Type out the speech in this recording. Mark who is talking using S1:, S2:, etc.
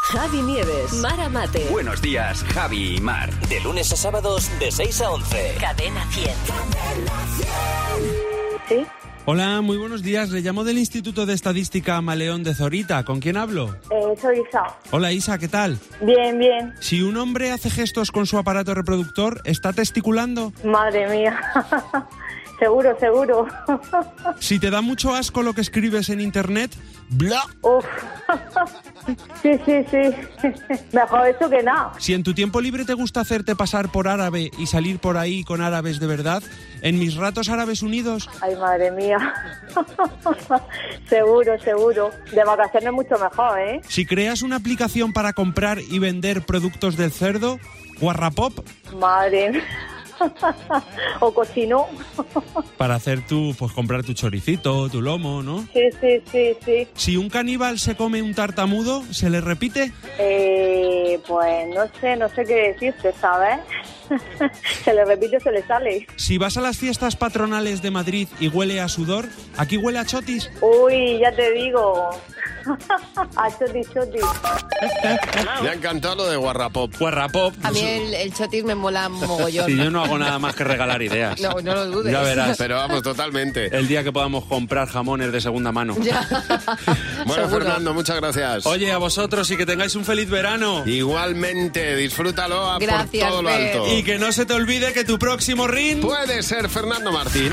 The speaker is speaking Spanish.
S1: Javi Nieves, Mara Mate,
S2: Buenos días, Javi y Mar.
S3: De lunes a sábados de 6 a 11.
S1: Cadena 100.
S4: ¿Sí?
S5: Hola, muy buenos días. Le llamo del Instituto de Estadística Maleón de Zorita. ¿Con quién hablo?
S4: Eh, soy Isa.
S5: Hola Isa, ¿qué tal?
S4: Bien, bien.
S5: Si un hombre hace gestos con su aparato reproductor, ¿está testiculando?
S4: Madre mía. seguro, seguro.
S5: Si te da mucho asco lo que escribes en internet, bla.
S4: Uf. sí, sí, sí. Mejor eso que nada.
S5: Si en tu tiempo libre te gusta hacerte pasar por árabe y salir por ahí con árabes de verdad, en mis ratos árabes unidos,
S4: Ay, madre mía. seguro, seguro. De vacaciones mucho mejor, ¿eh?
S5: si creas una aplicación para comprar y vender productos del cerdo, guarrapop,
S4: Madre mía. o cochino.
S5: para hacer tu, pues comprar tu choricito, tu lomo, ¿no?
S4: sí, sí, sí, sí.
S5: Si un caníbal se come un tartamudo, ¿se le repite?
S4: Eh, pues no sé, no sé qué decirte, ¿sabes? se le repite, se le sale.
S5: Si vas a las fiestas patronales de Madrid y huele a sudor, aquí huele a chotis.
S4: Uy, ya te digo. A choti, choti.
S6: Me ha encantado lo de Guarrapop.
S5: Guarrapop.
S7: A mí el, el chotis me mola mogollón.
S5: Si yo no hago nada más que regalar ideas.
S7: No, no lo dudes.
S5: Ya verás.
S6: Pero vamos, totalmente.
S5: El día que podamos comprar jamones de segunda mano.
S7: Ya.
S6: Bueno,
S7: Seguro.
S6: Fernando, muchas gracias.
S5: Oye, a vosotros y que tengáis un feliz verano.
S6: Igualmente, disfrútalo a
S7: Gracias,
S6: por todo lo
S7: Fer.
S6: alto.
S5: Y que no se te olvide que tu próximo ring...
S6: Puede ser Fernando Martín.